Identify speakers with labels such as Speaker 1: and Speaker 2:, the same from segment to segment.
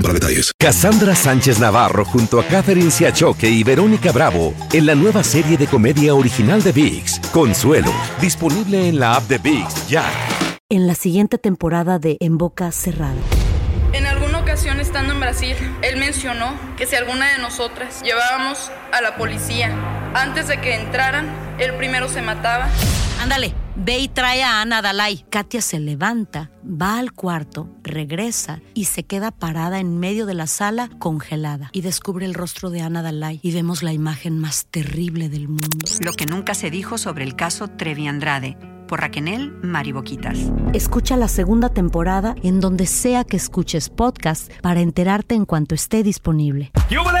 Speaker 1: para detalles.
Speaker 2: Cassandra Sánchez Navarro junto a Catherine Siachoque y Verónica Bravo en la nueva serie de comedia original de VIX, Consuelo, disponible en la app de VIX ya.
Speaker 3: En la siguiente temporada de En Boca Cerrada.
Speaker 4: En alguna ocasión estando en Brasil, él mencionó que si alguna de nosotras llevábamos a la policía antes de que entraran, él primero se mataba.
Speaker 3: Ándale, ve y trae a Ana Dalai. Katia se levanta, va al cuarto, regresa y se queda parada en medio de la sala congelada. Y descubre el rostro de Ana Dalai y vemos la imagen más terrible del mundo.
Speaker 5: Lo que nunca se dijo sobre el caso Trevi Andrade, por Raquenel Mariboquitas.
Speaker 3: Escucha la segunda temporada en donde sea que escuches podcast para enterarte en cuanto esté disponible.
Speaker 6: ¡Yúbales!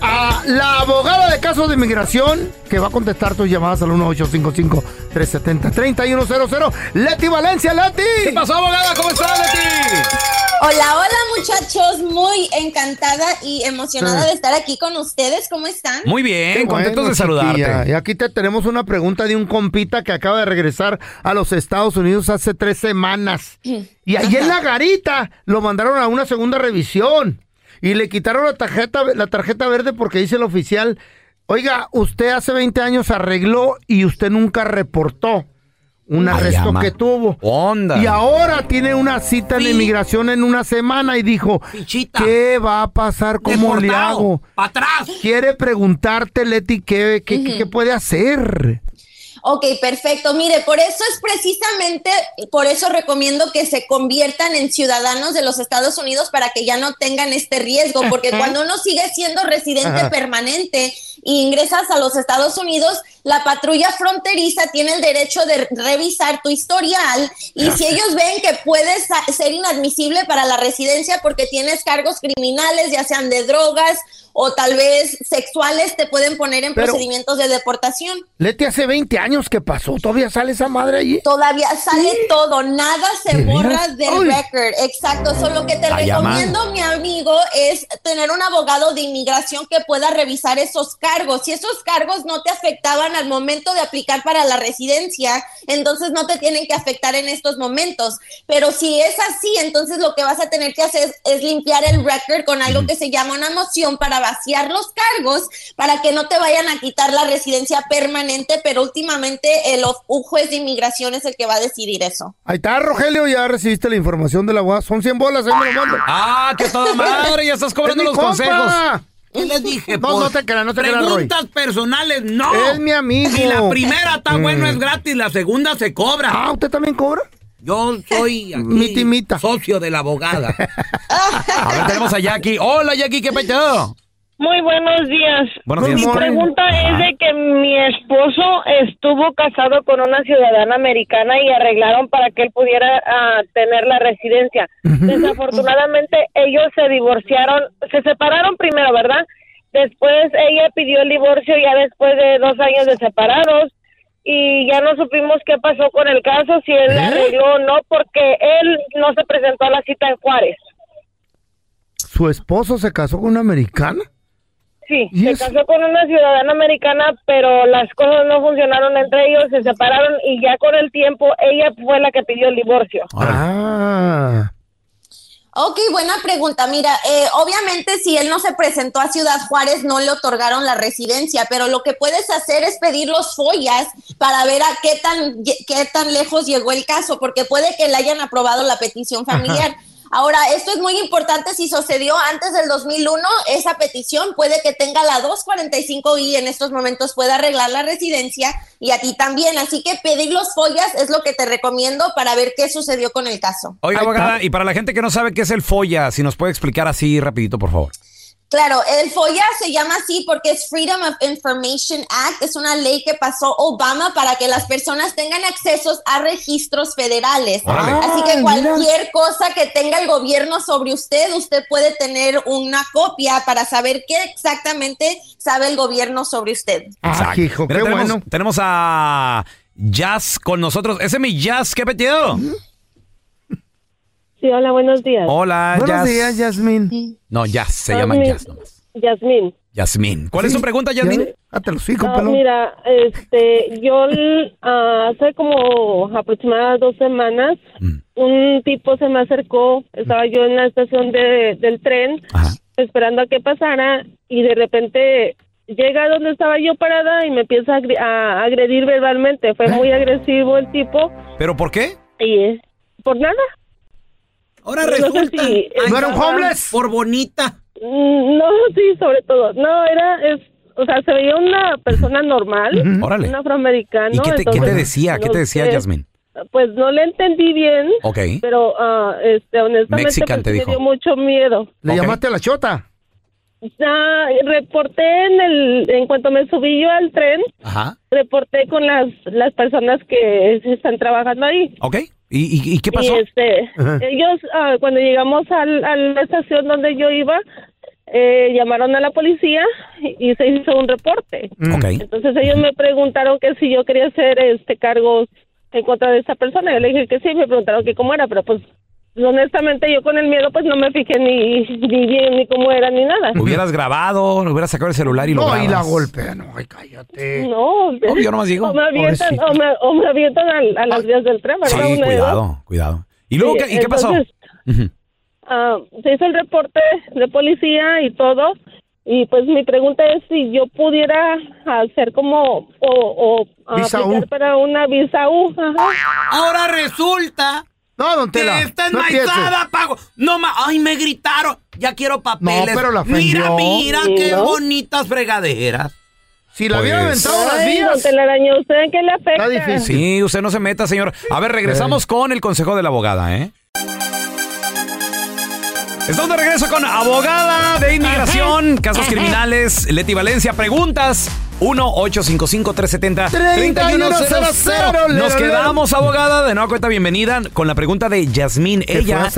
Speaker 7: a la abogada de casos de inmigración que va a contestar tus llamadas al 1-855-370-3100. Leti Valencia, Leti.
Speaker 6: ¿Qué pasó, abogada? ¿Cómo estás, Leti?
Speaker 8: Hola, hola muchachos, muy encantada y emocionada
Speaker 7: Sí.
Speaker 8: de estar aquí con ustedes. ¿Cómo están?
Speaker 6: Muy bien, contentos
Speaker 7: Bueno,
Speaker 6: de saludarte.
Speaker 7: chiquilla, Y aquí te tenemos una pregunta de un compita que acaba de regresar a los Estados Unidos hace tres semanas. Y ahí en la garita lo mandaron a una segunda revisión. Y le quitaron la tarjeta, la tarjeta verde porque dice el oficial, oiga, usted hace 20 años arregló y usted nunca reportó un
Speaker 6: Ay,
Speaker 7: arresto
Speaker 6: ama.
Speaker 7: que tuvo.
Speaker 6: Onda.
Speaker 7: Y ahora tiene una cita en inmigración en una semana y dijo,
Speaker 9: Fichita.
Speaker 7: ¿qué va a pasar? ¿Cómo le hago?
Speaker 9: ¡Para atrás!
Speaker 7: quiere preguntarte, Leti, qué, qué- qué- qué puede hacer.
Speaker 8: Ok, perfecto. Mire, por eso es precisamente, por eso recomiendo que se conviertan en ciudadanos de los Estados Unidos para que ya no tengan este riesgo, porque cuando uno sigue siendo residente
Speaker 7: Ajá.
Speaker 8: permanente y ingresas a los Estados Unidos, la patrulla fronteriza tiene el derecho de revisar tu historial y si ellos ven que puedes a- ser inadmisible para la residencia porque tienes cargos criminales, ya sean de drogas o tal vez sexuales, te pueden poner en
Speaker 7: Pero-
Speaker 8: procedimientos de deportación.
Speaker 7: Leti, hace 20 años que pasó, todavía sale esa madre allí.
Speaker 8: Todavía sale todo, nada se
Speaker 7: ¿De
Speaker 8: borra
Speaker 7: veras?
Speaker 8: del
Speaker 7: Ay.
Speaker 8: record. Exacto. Eso lo que te
Speaker 6: Ay, ama.
Speaker 8: recomiendo, mi amigo, es tener un abogado de inmigración que pueda revisar esos cargos. Si esos cargos no te afectaban al momento de aplicar para la residencia, entonces no te tienen que afectar en estos momentos. Pero si es así, entonces lo que vas a tener que hacer es, es limpiar el record con algo que se llama una moción para vaciar los cargos para que no te vayan a quitar la residencia permanente, pero últimamente el of- un juez de inmigración es el que va a decidir eso.
Speaker 7: Ahí está, Rogelio, ya recibiste la información de la abogada. Son 100 bolas, ahí me lo mando.
Speaker 6: Ah, que toda madre, ya estás
Speaker 7: ¡Es
Speaker 6: cobrando
Speaker 7: mi
Speaker 6: los
Speaker 7: compa!
Speaker 6: consejos.
Speaker 9: ¿Qué les dije?
Speaker 7: No,
Speaker 9: Pues,
Speaker 7: no te creas, no te creas, Roy.
Speaker 9: Preguntas personales, no.
Speaker 7: Es mi amigo.
Speaker 9: Si la primera está
Speaker 6: Mm.
Speaker 9: bueno, es gratis, la segunda se cobra.
Speaker 7: Ah, ¿usted también cobra?
Speaker 9: Yo soy aquí
Speaker 7: Miti, mita.
Speaker 9: socio de la abogada.
Speaker 6: A ver, tenemos a Jackie. Hola, Jackie, ¿qué pecho?
Speaker 10: Muy buenos días.
Speaker 6: Buenos
Speaker 7: Good
Speaker 6: días.
Speaker 10: Mi
Speaker 7: morning.
Speaker 10: pregunta es de que mi esposo estuvo casado con una ciudadana americana y arreglaron para que él pudiera ah, tener la residencia. Desafortunadamente ellos se divorciaron, se separaron primero, ¿verdad? Después ella pidió el divorcio ya después de dos años de separados y ya no supimos qué pasó con el caso, si
Speaker 6: ¿Eh?
Speaker 10: él arregló o no, porque él no se presentó a la cita en Juárez.
Speaker 7: ¿Su esposo se casó con una americana?
Speaker 10: Sí,
Speaker 7: ¿Y
Speaker 10: se
Speaker 7: eso?
Speaker 10: casó con una ciudadana americana, pero las cosas no funcionaron entre ellos, se separaron y ya con el tiempo ella fue la que pidió el divorcio.
Speaker 7: Ah.
Speaker 8: Ok, buena pregunta. Mira, eh, obviamente si él no se presentó a Ciudad Juárez, no le otorgaron la residencia, pero lo que puedes hacer es pedir los follas para ver a qué tan, qué tan lejos llegó el caso, porque puede que le hayan aprobado la petición familiar. Ahora, esto es muy importante si sucedió antes del 2001, esa petición puede que tenga la 245 y en estos momentos pueda arreglar la residencia y a ti también. Así que pedir los follas es lo que te recomiendo para ver qué sucedió con el caso.
Speaker 6: Oiga, abogada, y para la gente que no sabe qué es el FOIA, si nos puede explicar así rapidito, por favor.
Speaker 8: Claro, el FOIA se llama así porque es Freedom of Information Act, es una ley que pasó Obama para que las personas tengan acceso a registros federales.
Speaker 11: Órale.
Speaker 8: Así que
Speaker 11: Ah,
Speaker 8: cualquier cosa que tenga el gobierno sobre usted, usted puede tener una copia para saber qué exactamente sabe el gobierno sobre usted.
Speaker 6: Ah, hijo,
Speaker 7: qué
Speaker 6: tenemos,
Speaker 7: bueno.
Speaker 6: Tenemos a Jazz con nosotros. Ese es mi Jazz, ¿qué metido?
Speaker 12: Sí, hola, buenos días.
Speaker 6: Hola,
Speaker 7: Buenos
Speaker 6: Jazz.
Speaker 7: días, Yasmin.
Speaker 6: No, Jazz, se llama
Speaker 12: Yasmin.
Speaker 6: Jazz. Yasmín. ¿Cuál es su pregunta, Yasmín?
Speaker 7: Hasta los hijos,
Speaker 12: Ah,
Speaker 7: pelón.
Speaker 12: mira, este, yo l- ah, hace como aproximadas dos semanas, un tipo se me acercó, estaba yo en la estación de, del tren, esperando a que pasara, y de repente llega a donde estaba yo parada y me empieza a, agri- a agredir verbalmente. Fue muy agresivo el tipo,
Speaker 6: ¿Pero por qué?
Speaker 12: y eh, por nada.
Speaker 9: Ahora
Speaker 12: No sé
Speaker 9: resulta.
Speaker 12: si-
Speaker 9: Ay,
Speaker 12: ¿No era un
Speaker 9: papá,
Speaker 12: homeless?
Speaker 9: Por bonita.
Speaker 12: Mm, No, sí, sobre todo. No, era, es, o sea, se veía una persona normal,
Speaker 6: Ujú. Órale.
Speaker 12: un afroamericano.
Speaker 6: ¿Y qué te, qué te
Speaker 12: entonces,
Speaker 6: decía? ¿Qué
Speaker 12: no
Speaker 6: te decía,
Speaker 12: sé,
Speaker 6: Yasmín?
Speaker 12: Pues no le entendí bien.
Speaker 6: Ok.
Speaker 12: Pero, ah, este, honestamente,
Speaker 6: Mexican,
Speaker 12: pues,
Speaker 6: te
Speaker 12: sí
Speaker 6: dijo.
Speaker 12: me dio mucho miedo.
Speaker 7: ¿Le llamaste a la chota?
Speaker 12: Ya reporté en el, en cuanto me subí yo al tren,
Speaker 6: Ajá.
Speaker 12: reporté con las, las personas que están trabajando ahí.
Speaker 6: ¿Ok? ¿Y, y- y qué pasó?
Speaker 12: Y, este,
Speaker 6: Ajá.
Speaker 12: ellos, ah, cuando llegamos al- a la estación donde yo iba, eh, llamaron a la policía y, y se hizo un reporte.
Speaker 6: Mm. Ok.
Speaker 12: Entonces ellos me preguntaron que si yo quería hacer este cargos en contra de esta persona. Yo le dije que sí, me preguntaron que cómo era, pero pues honestamente yo con el miedo pues no me fijé ni, ni bien ni cómo era ni nada.
Speaker 6: Hubieras grabado, hubieras sacado el celular y lo
Speaker 12: No, y
Speaker 6: grabas.
Speaker 12: la
Speaker 7: golpean.
Speaker 12: No,
Speaker 6: No, yo nomás digo. Ah,
Speaker 12: O me avientan, o me, o me avientan al- a, las vías del tren, ¿verdad? Una
Speaker 6: Sí,
Speaker 12: de dos.
Speaker 6: cuidado, cuidado. ¿Y luego
Speaker 12: Sí,
Speaker 6: qué, y qué pasó?
Speaker 12: entonces,
Speaker 6: Ujú.
Speaker 12: ah, se hizo el reporte de policía y todo. Y pues mi pregunta es si yo pudiera hacer como o, o ah,
Speaker 9: Visa
Speaker 12: aplicar
Speaker 9: U.
Speaker 12: para una visa U. ajá.
Speaker 9: Ahora resulta.
Speaker 7: No, don
Speaker 9: Que
Speaker 12: Tela,
Speaker 9: está
Speaker 12: no
Speaker 9: enmaizada,
Speaker 12: empieces.
Speaker 9: pago. No ma- Ay, me gritaron. Ya quiero papeles.
Speaker 7: No, pero la
Speaker 9: Mira,
Speaker 7: ofendió.
Speaker 9: mira,
Speaker 7: Sí,
Speaker 9: qué
Speaker 7: ¿no?
Speaker 9: bonitas fregaderas.
Speaker 7: Si
Speaker 6: la hubiera Pues- aventado a las
Speaker 12: Ay,
Speaker 6: vías.
Speaker 12: don Telaraño, ¿usted en qué le afecta?
Speaker 6: Sí, usted no se meta, señor. A ver, regresamos con el consejo de la abogada, ¿eh? Estamos de regreso con abogada de inmigración, casos criminales, Leti Valencia, preguntas. 1-855-370-3100. Nos quedamos, abogada, de nueva cuenta, bienvenida con la pregunta de Yasmín. Ella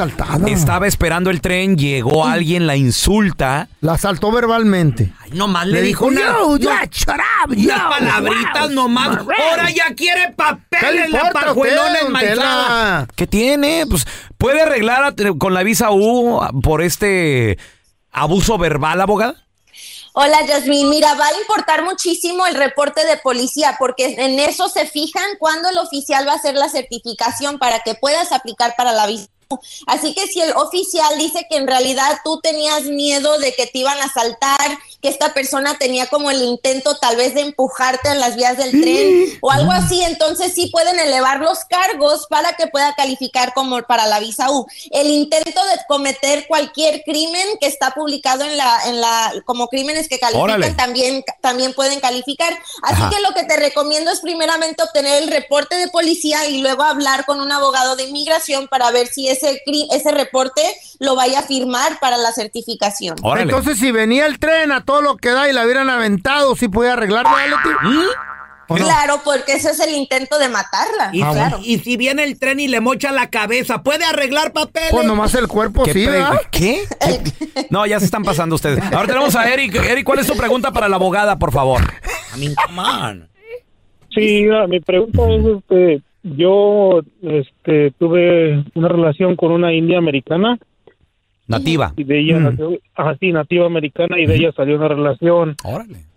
Speaker 6: estaba esperando el tren, llegó alguien, la insulta.
Speaker 7: La asaltó verbalmente.
Speaker 9: Nomás le,
Speaker 7: Le
Speaker 9: dijo,
Speaker 7: dijo,
Speaker 9: una,
Speaker 7: "Yo,
Speaker 9: una-
Speaker 7: yo, shut up, yo,
Speaker 9: unas palabritas
Speaker 7: wow,
Speaker 9: nomás.
Speaker 7: my friend".
Speaker 9: Ahora ya quiere
Speaker 7: ¿Qué le
Speaker 9: papeles la
Speaker 7: importa a usted,
Speaker 9: pajuelona
Speaker 7: don
Speaker 9: enmaizada.
Speaker 6: ¿Qué tiene? Pues puede arreglar a- con la visa U por este abuso verbal, abogada.
Speaker 8: Hola, Yasmín. Mira, va a importar muchísimo el reporte de policía porque en eso se fijan cuando el oficial va a hacer la certificación para que puedas aplicar para la visa. Así que si el oficial dice que en realidad tú tenías miedo de que te iban a asaltar, que esta persona tenía como el intento tal vez de empujarte en las vías del tren o algo así, entonces sí pueden elevar los cargos para que pueda calificar como para la visa U. El intento de cometer cualquier crimen que está publicado en la, en la, como crímenes que
Speaker 11: Órale.
Speaker 8: califican también, también pueden calificar. Así
Speaker 11: Ajá.
Speaker 8: que lo que te recomiendo es primeramente obtener el reporte de policía y luego hablar con un abogado de inmigración para ver si ese, cri- ese reporte lo vaya a firmar para la certificación.
Speaker 7: Entonces, si venía el tren a todo lo que da y la hubieran aventado, ¿sí podía arreglarlo,
Speaker 6: ¿Mm?
Speaker 7: Leti? ¿O no?
Speaker 8: Claro, porque ese es el intento de matarla.
Speaker 9: Y,
Speaker 7: Ah,
Speaker 9: si-
Speaker 7: bueno.
Speaker 9: y si viene el tren y le mocha la cabeza, ¿puede arreglar papeles?
Speaker 7: Pues nomás el cuerpo
Speaker 6: ¿Qué
Speaker 7: sí,
Speaker 6: pre-
Speaker 7: ¿verdad?
Speaker 6: ¿Qué? No, ya se están pasando ustedes. Ahora tenemos a Eric. Eric, ¿cuál es tu pregunta para la abogada, por favor? I mean, come on.
Speaker 13: Sí, mira, mi pregunta es, este, yo este, tuve una relación con una india americana.
Speaker 6: Nativa.
Speaker 13: Y de ella nació- ajá, sí, nativa americana, y de ella salió una relación.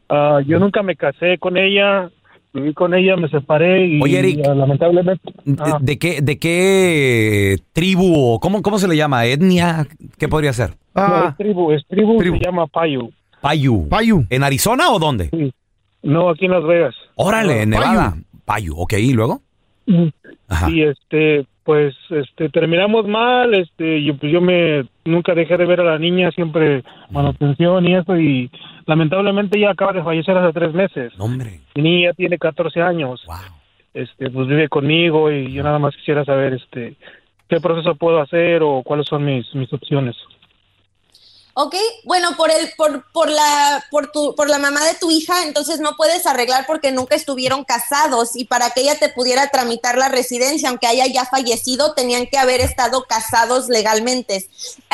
Speaker 13: Ah, yo nunca me casé con ella, viví con ella, me separé y
Speaker 6: Oye, Eric.
Speaker 13: ah, lamentablemente...
Speaker 6: ¿De, de qué, de qué tribu o cómo, cómo se le llama? ¿Etnia? ¿Qué podría ser?
Speaker 13: No, es tribu, es tribu, se llama Payu.
Speaker 6: Payu. ¿En Arizona o dónde?
Speaker 13: No, aquí en Las Vegas.
Speaker 7: Ah,
Speaker 6: Órale, en Nevada. Payu, ok, ¿y luego?
Speaker 13: Y este, pues este terminamos mal, este yo pues yo me nunca dejé de ver a la niña, siempre manutención y eso y lamentablemente ella acaba de fallecer hace tres meses.
Speaker 6: Hombre.
Speaker 13: Mi niña tiene 14 años. Este pues vive conmigo y yo nada más quisiera saber este qué proceso puedo hacer o cuáles son mis mis opciones.
Speaker 8: Ok, bueno, por el, por, por la, por tu, por la mamá de tu hija, entonces no puedes arreglar porque nunca estuvieron casados y para que ella te pudiera tramitar la residencia, aunque haya ya fallecido, tenían que haber estado casados legalmente.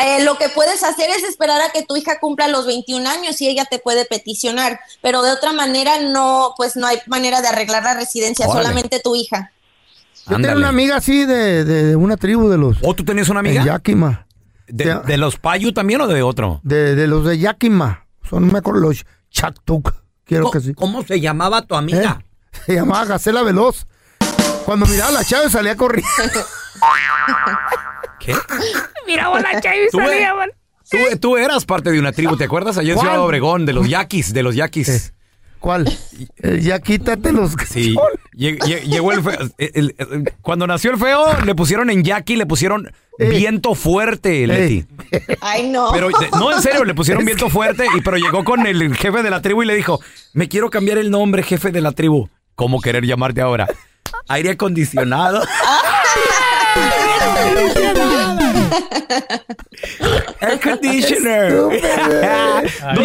Speaker 8: Eh, lo que puedes hacer es esperar a que tu hija cumpla los 21 años y ella te puede peticionar, pero de otra manera no, pues no hay manera de arreglar la residencia,
Speaker 7: Órale.
Speaker 8: solamente tu hija.
Speaker 7: Yo tenía una amiga así de, de- de una tribu de los.
Speaker 6: ¿O ¿Oh, tú tenías una amiga?
Speaker 7: De Yakima.
Speaker 6: ¿De, de los Payu también o de otro?
Speaker 7: De, de los de Yakima. Son me acuerdo, los Chactuk. Quiero que sí. ¿Eh?
Speaker 9: ¿Cómo se llamaba tu amiga?
Speaker 7: Se llamaba Gacela Veloz. Cuando miraba a la Chávez salía corriendo.
Speaker 6: ¿Qué?
Speaker 11: Miraba la Chavis
Speaker 6: Tú, eh, tú, tú eras parte de una tribu, ¿te acuerdas? Allá en
Speaker 7: ¿Cuál? Eh,
Speaker 6: Ciudad Obregón, de los yaquis, de los yaquis.
Speaker 7: ¿Cuál? El ya quítate los.
Speaker 6: Sí. Lle- lle- Llegó el feo. el- el- cuando nació el feo, le pusieron en yaqui, le pusieron viento fuerte, Leti.
Speaker 8: Ay, no.
Speaker 6: Pero de- no, en serio, le pusieron viento fuerte, y pero llegó con el jefe de la tribu y le dijo, me quiero cambiar el nombre, jefe de la tribu. ¿Cómo querer llamarte ahora? Aire acondicionado. Air conditioner. ¿Dónde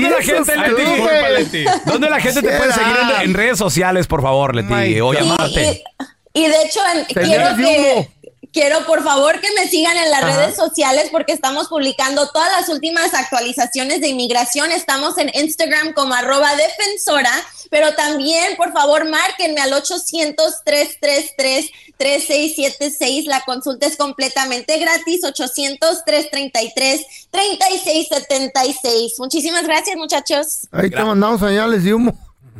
Speaker 6: la
Speaker 11: Eso
Speaker 6: gente,
Speaker 11: es
Speaker 6: Leti?
Speaker 11: culpa,
Speaker 8: Leti.
Speaker 6: ¿Dónde la gente te puede seguir en, en redes sociales, por favor, Leti? O
Speaker 8: Y-
Speaker 6: llamarte.
Speaker 8: Y, y de hecho, en-
Speaker 6: Señora Fiumo.
Speaker 8: quiero que. Quiero por favor que me sigan en las
Speaker 6: Ajá.
Speaker 8: redes sociales porque estamos publicando todas las últimas actualizaciones de inmigración. Estamos en Instagram como arroba defensora, pero también por favor márquenme al 800-333-3676. La consulta es completamente gratis, 800-333-3676. Muchísimas gracias muchachos.
Speaker 7: Ahí te mandamos señales de humo.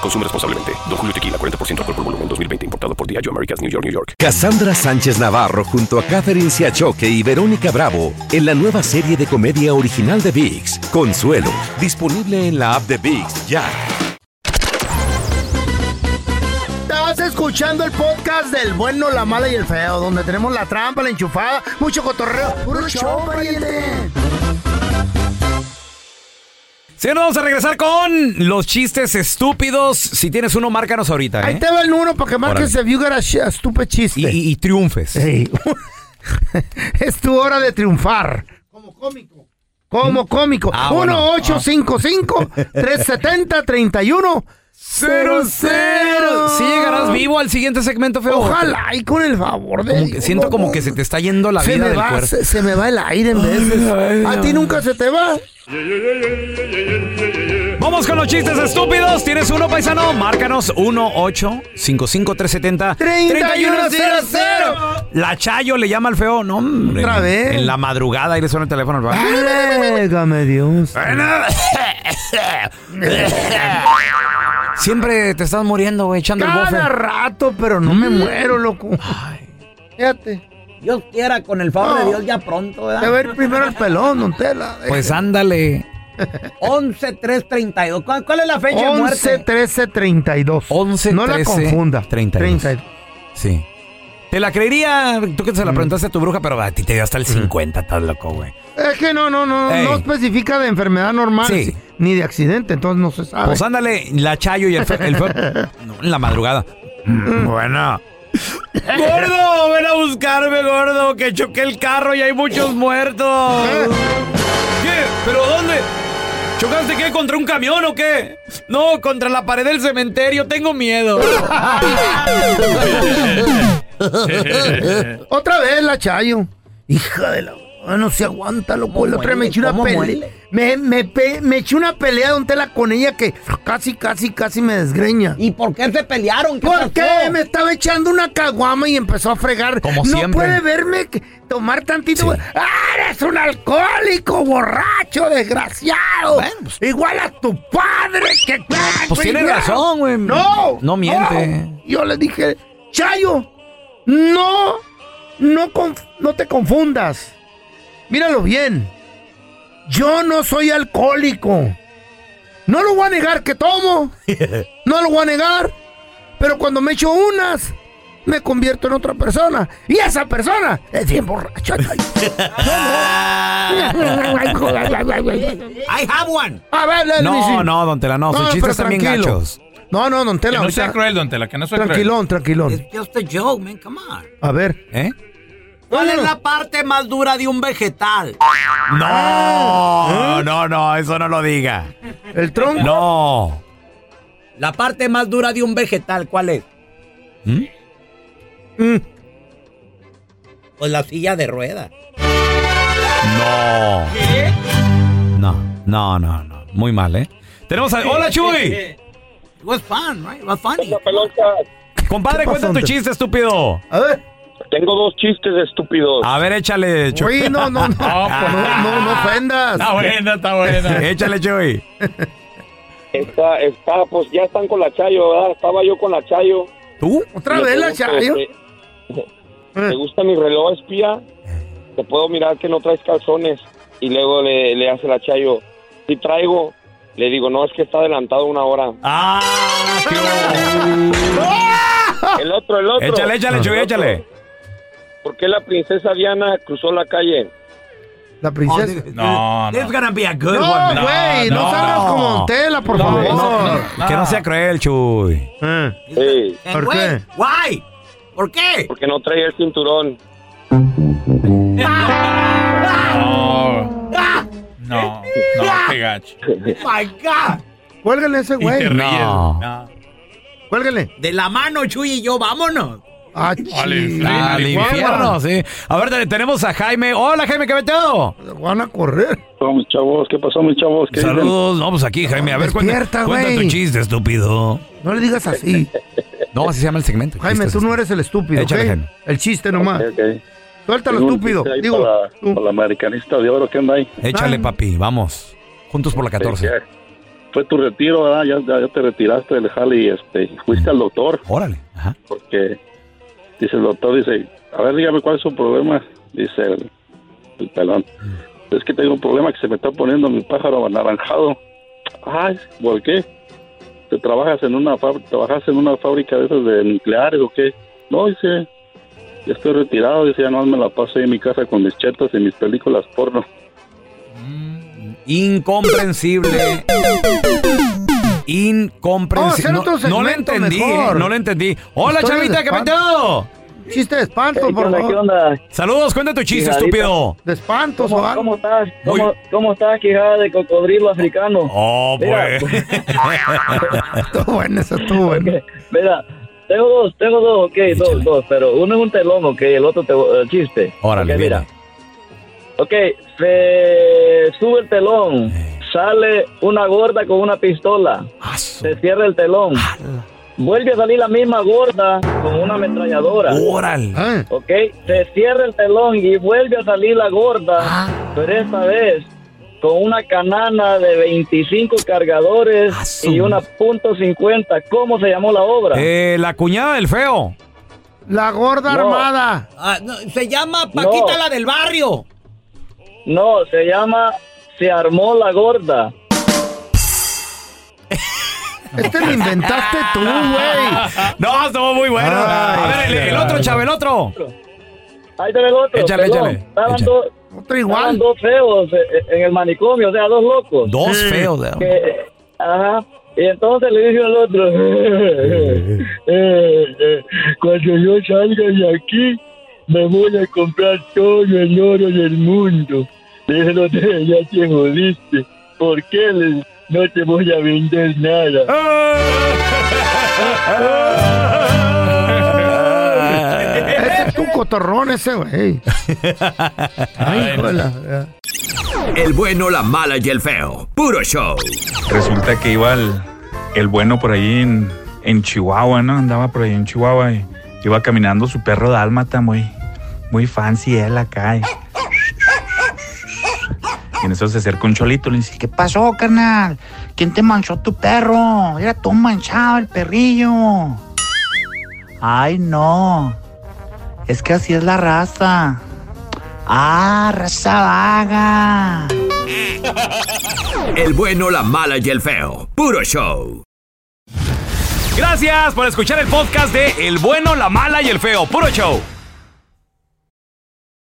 Speaker 14: Consume responsablemente. Don Julio Tequila, 40% alcohol por volumen, 2020. Importado por Diageo Americas, New York, New York.
Speaker 2: Cassandra Sánchez Navarro junto a Catherine Siachoque y Verónica Bravo en la nueva serie de comedia original de VIX, Consuelo, disponible en la app de VIX ya.
Speaker 7: Estás escuchando el podcast del bueno, la mala y el feo, donde tenemos la trampa, la enchufada, mucho cotorreo. ¡Puro show, pariente!
Speaker 6: Sí, nos vamos a regresar con los chistes estúpidos. Si tienes uno, márcanos ahorita. ¿eh?
Speaker 7: Ahí te va el número para que marques
Speaker 6: Órale.
Speaker 7: el Viewer a sh- a Stupid Chiste.
Speaker 6: Y, y triunfes.
Speaker 7: es tu hora de triunfar. Como cómico.
Speaker 6: Ah,
Speaker 7: Como
Speaker 6: bueno.
Speaker 7: cómico. 1-855-370-3100.
Speaker 6: Si llegarás vivo al siguiente segmento, feo.
Speaker 7: Ojalá, y con el favor de
Speaker 6: Como que
Speaker 7: Dios,
Speaker 6: siento como
Speaker 7: loco.
Speaker 6: que se te está yendo la
Speaker 7: se
Speaker 6: vida
Speaker 7: me
Speaker 6: del
Speaker 7: va,
Speaker 6: cuerpo.
Speaker 7: Se, se me va el aire en veces. a ti nunca se te va.
Speaker 6: Vamos con los chistes estúpidos. ¿Tienes uno, paisano? Márcanos 1-8-55-370-3100. La Chayo le llama al feo. No, hombre.
Speaker 7: Otra vez.
Speaker 6: En la madrugada y le suena el teléfono al feo.
Speaker 7: Válgame Dios.
Speaker 6: Siempre te estás muriendo, güey, echando el bofe. Mm.
Speaker 7: Cada rato, pero no me muero, loco. Fíjate.
Speaker 9: Dios quiera, con el favor de Dios ya pronto, ¿verdad?
Speaker 7: Te va a ir primero el pelón, don Tela.
Speaker 6: Pues ándale.
Speaker 9: 11-3-32. ¿Cuál, cuál es la fecha de muerte?
Speaker 7: 11 13 32. 11 No la
Speaker 6: 13,
Speaker 7: confunda.
Speaker 6: 32. Sí. Te la creería, tú que se
Speaker 9: Mm.
Speaker 6: la preguntaste a tu bruja, pero a ti te dio hasta el 50, estás loco, güey.
Speaker 7: Es que no, no, no,
Speaker 6: Ey.
Speaker 7: no especifica de enfermedad normal
Speaker 6: Sí.
Speaker 7: ni de accidente, entonces no se sabe.
Speaker 6: Pues ándale, la Chayo y el feo. el feo- no, en la madrugada. Mm, Bueno, ¡Gordo! ¡Ven a buscarme, gordo! ¡Que choqué el carro y hay muchos muertos! ¿Qué? ¿Pero dónde? ¿Chocaste qué? ¿Contra un camión o qué? No, contra la pared del cementerio. Tengo miedo.
Speaker 7: Otra vez la Chayo. Hija de la. Ah, No se aguanta, loco. La otra vez me
Speaker 9: muele?
Speaker 7: eché una
Speaker 9: ¿Cómo
Speaker 7: pelea.
Speaker 9: muele?
Speaker 7: Me, me pe- me eché una pelea de un tela con ella que casi, casi, casi me desgreña. ¿Y por qué se pelearon? Porque me estaba echando una caguama y empezó a fregar.
Speaker 6: Como
Speaker 7: no
Speaker 6: siempre.
Speaker 7: puede verme que- tomar tantito. ¡Ah, eres un alcohólico, borracho, desgraciado! Igual a tu padre que.
Speaker 6: Pues tiene razón, güey.
Speaker 7: No.
Speaker 6: No miente.
Speaker 7: no. Yo le dije, Chayo, no, no, conf- no te confundas. Míralo bien. Yo no soy alcohólico. No lo voy a negar que tomo. No lo voy a negar. Pero cuando me echo unas, me convierto en otra persona. Y esa persona es bien borracha. I have one. A ver, le-
Speaker 6: No,
Speaker 7: Luisín.
Speaker 6: no, don Tela, no. Sus chistes
Speaker 7: pero
Speaker 6: también
Speaker 7: tranquilo.
Speaker 6: gachos.
Speaker 7: No, no, don Tela.
Speaker 15: Que no
Speaker 7: ahorita-
Speaker 15: sea cruel, don Tela, que no sea
Speaker 7: Tranquilón, tranquilón.
Speaker 9: Just a joke, man. Come on.
Speaker 7: A ver.
Speaker 6: ¿Eh?
Speaker 9: ¿Cuál es la parte más dura de un vegetal?
Speaker 6: No, no, no, eso no lo diga.
Speaker 7: ¿El tronco?
Speaker 6: No.
Speaker 9: La parte más dura de un vegetal, ¿cuál es? Mm.
Speaker 6: ¿Mm?
Speaker 9: Pues la silla de rueda.
Speaker 6: No. No, no, no, no. Muy mal, ¿eh? Tenemos a. ¡Hola, Chuy!
Speaker 9: It was fun, right? It was funny. ¿Qué
Speaker 6: Compadre,
Speaker 9: pasó,
Speaker 6: cuenta tu
Speaker 9: hombre?
Speaker 6: chiste, estúpido.
Speaker 7: A ver.
Speaker 16: Tengo dos chistes estúpidos.
Speaker 6: A ver, échale, Chuy.
Speaker 7: Oye, no, no, no. No, no, no ofendas.
Speaker 16: Está buena, está buena.
Speaker 6: échale, Chuy.
Speaker 16: Está, está, pues ya están con la Chayo, ¿verdad? Estaba yo con la Chayo.
Speaker 6: ¿Tú?
Speaker 7: ¿Otra vez la Chayo?
Speaker 16: ¿Te gusta mi reloj espía? Te puedo mirar que no traes calzones. Y luego le, le hace la Chayo. Si traigo, le digo, no, es que está adelantado una hora.
Speaker 6: ¡Ah!
Speaker 16: El otro, el otro.
Speaker 6: Échale, échale, Chuy,
Speaker 16: El otro.
Speaker 6: échale.
Speaker 16: ¿Por qué la princesa Diana cruzó la calle?
Speaker 7: La princesa.
Speaker 16: No,
Speaker 9: It's gonna be a good
Speaker 7: No,
Speaker 9: one. man.
Speaker 7: güey, no, salgas como Tela, por favor.
Speaker 6: Que no sea cruel, Chuy.
Speaker 9: And wait, Why? ¿Por qué?
Speaker 16: Porque no traía el cinturón.
Speaker 15: No. No, no, qué gacho.
Speaker 9: Oh My God.
Speaker 7: Cuélgale a ese güey.
Speaker 15: te ríes. No.
Speaker 7: Cuélgale.
Speaker 9: De la mano, Chuy y yo, vámonos.
Speaker 7: Ah,
Speaker 6: Al infierno, sí. A ver, te- tenemos a Jaime. Hola, Jaime, ¿qué veteo?
Speaker 7: Van a correr.
Speaker 17: Vamos, chavos, ¿qué pasó, mis chavos? ¿Qué
Speaker 6: Saludos. No, pues aquí, Jaime. A ver,
Speaker 7: Despierta,
Speaker 6: cuenta, cuenta
Speaker 7: güey.
Speaker 6: tu chiste, estúpido.
Speaker 7: No le digas así.
Speaker 6: No, así se llama el segmento.
Speaker 7: Jaime,
Speaker 6: Chistes
Speaker 7: tú no eres el estúpido.
Speaker 6: Échale,
Speaker 7: ¿ok?
Speaker 6: Jaime.
Speaker 7: El chiste nomás. Suéltalo,
Speaker 17: Tengo un
Speaker 7: estúpido.
Speaker 17: chiste ahí
Speaker 7: Digo,
Speaker 17: para, para la americanista de oro, ¿qué onda ahí? Eh,
Speaker 6: Échale, papi, vamos. Juntos por la 14.
Speaker 17: Fue tu retiro, ¿verdad? Ya, ya- ya te retiraste del jale y este, fuiste al doctor.
Speaker 6: Órale.
Speaker 17: Porque dice el doctor, dice, a ver, dígame cuál es su problema. Dice el, el pelón. Es que tengo un problema que se me está poniendo mi pájaro anaranjado. Ay, ¿por qué? ¿Te trabajas en una fábrica, trabajas en una fábrica de esas de nucleares o qué? No, dice, ya estoy retirado, dice, ya no me la paso ahí en mi casa con mis chetas y mis películas porno.
Speaker 6: Incomprensible.
Speaker 7: Vamos a hacer
Speaker 6: Incomprensible. No,
Speaker 7: otro
Speaker 6: no le
Speaker 7: segmento
Speaker 6: entendí,
Speaker 7: mejor.
Speaker 6: eh, no le entendí. Hola,
Speaker 7: Historias
Speaker 6: chavita,
Speaker 7: de
Speaker 6: ¿qué
Speaker 7: espanto.
Speaker 6: peteo?
Speaker 7: Chiste de espanto,
Speaker 6: Ey, ¿qué
Speaker 7: por
Speaker 6: onda,
Speaker 7: favor.
Speaker 6: qué onda? Saludos, cuenta tu chiste,
Speaker 7: Quijarito.
Speaker 6: estúpido.
Speaker 7: De espanto,
Speaker 17: ¿Cómo,
Speaker 7: Sobar.
Speaker 17: cómo estás? ¿Cómo, ¿Cómo estás, quijada de cocodrilo africano?
Speaker 6: Oh,
Speaker 17: Mira. pues.
Speaker 6: pues.
Speaker 7: Estuvo bueno, eso estuvo bueno.
Speaker 17: Mira, tengo dos, tengo dos, ok, dos, dos, pero uno es un telón, ok, el otro te, el chiste.
Speaker 6: Órale,
Speaker 17: Ok,
Speaker 6: mira.
Speaker 17: mira. Ok, se sube el telón, sale una gorda con una pistola,
Speaker 6: Ah,
Speaker 17: se cierra el telón, vuelve a salir la misma gorda con una ametralladora.
Speaker 6: Órale.
Speaker 7: Ah.
Speaker 17: Ok, se cierra el telón y vuelve a salir la gorda,
Speaker 6: Ah.
Speaker 17: pero esta vez con una canana de 25 cargadores
Speaker 6: Ah,
Speaker 17: y una punto .50. ¿Cómo se llamó la obra?
Speaker 6: Eh, la cuñada del feo.
Speaker 7: La gorda
Speaker 17: No.
Speaker 7: armada.
Speaker 9: Ah, no, se llama Paquita
Speaker 17: No.
Speaker 9: la del barrio.
Speaker 17: No, se llama Se armó la gorda.
Speaker 7: Este lo inventaste tú, güey.
Speaker 6: No, estuvo muy bueno. a ver, el, el otro, chavo, el otro.
Speaker 17: Ahí está el otro.
Speaker 6: Échale,
Speaker 17: pelón.
Speaker 6: échale,
Speaker 17: Estaban dos. estaban eh, dos feos eh, en el manicomio, o sea, dos locos.
Speaker 6: Dos feos,
Speaker 17: Que, ajá.
Speaker 18: Y entonces le dije al otro, eh, eh, cuando yo salga de aquí, me voy a comprar todo el oro del mundo. Le dije al otro, ya te jodiste, ¿por qué le- no te voy a vender nada?
Speaker 6: ¡Eh!
Speaker 7: Ese Este es un cotorrón ese, güey. Ay, hijo de la-
Speaker 19: El bueno, la mala y el feo. Puro show.
Speaker 15: Resulta que iba el, el bueno por ahí en, en Chihuahua, ¿no? Andaba por ahí en Chihuahua y iba caminando su perro dálmata, muy, muy fancy él acá. Y, y en eso se acerca un cholito, le dice, ¿qué
Speaker 20: pasó, carnal? ¿Quién te manchó tu perro? Era todo manchado el perrillo. Ay, no. Es que así es la raza. Ah, raza vaga.
Speaker 2: El bueno, la mala y el feo. Puro show.
Speaker 6: Gracias por escuchar el podcast de El bueno, la mala y el feo. Puro show.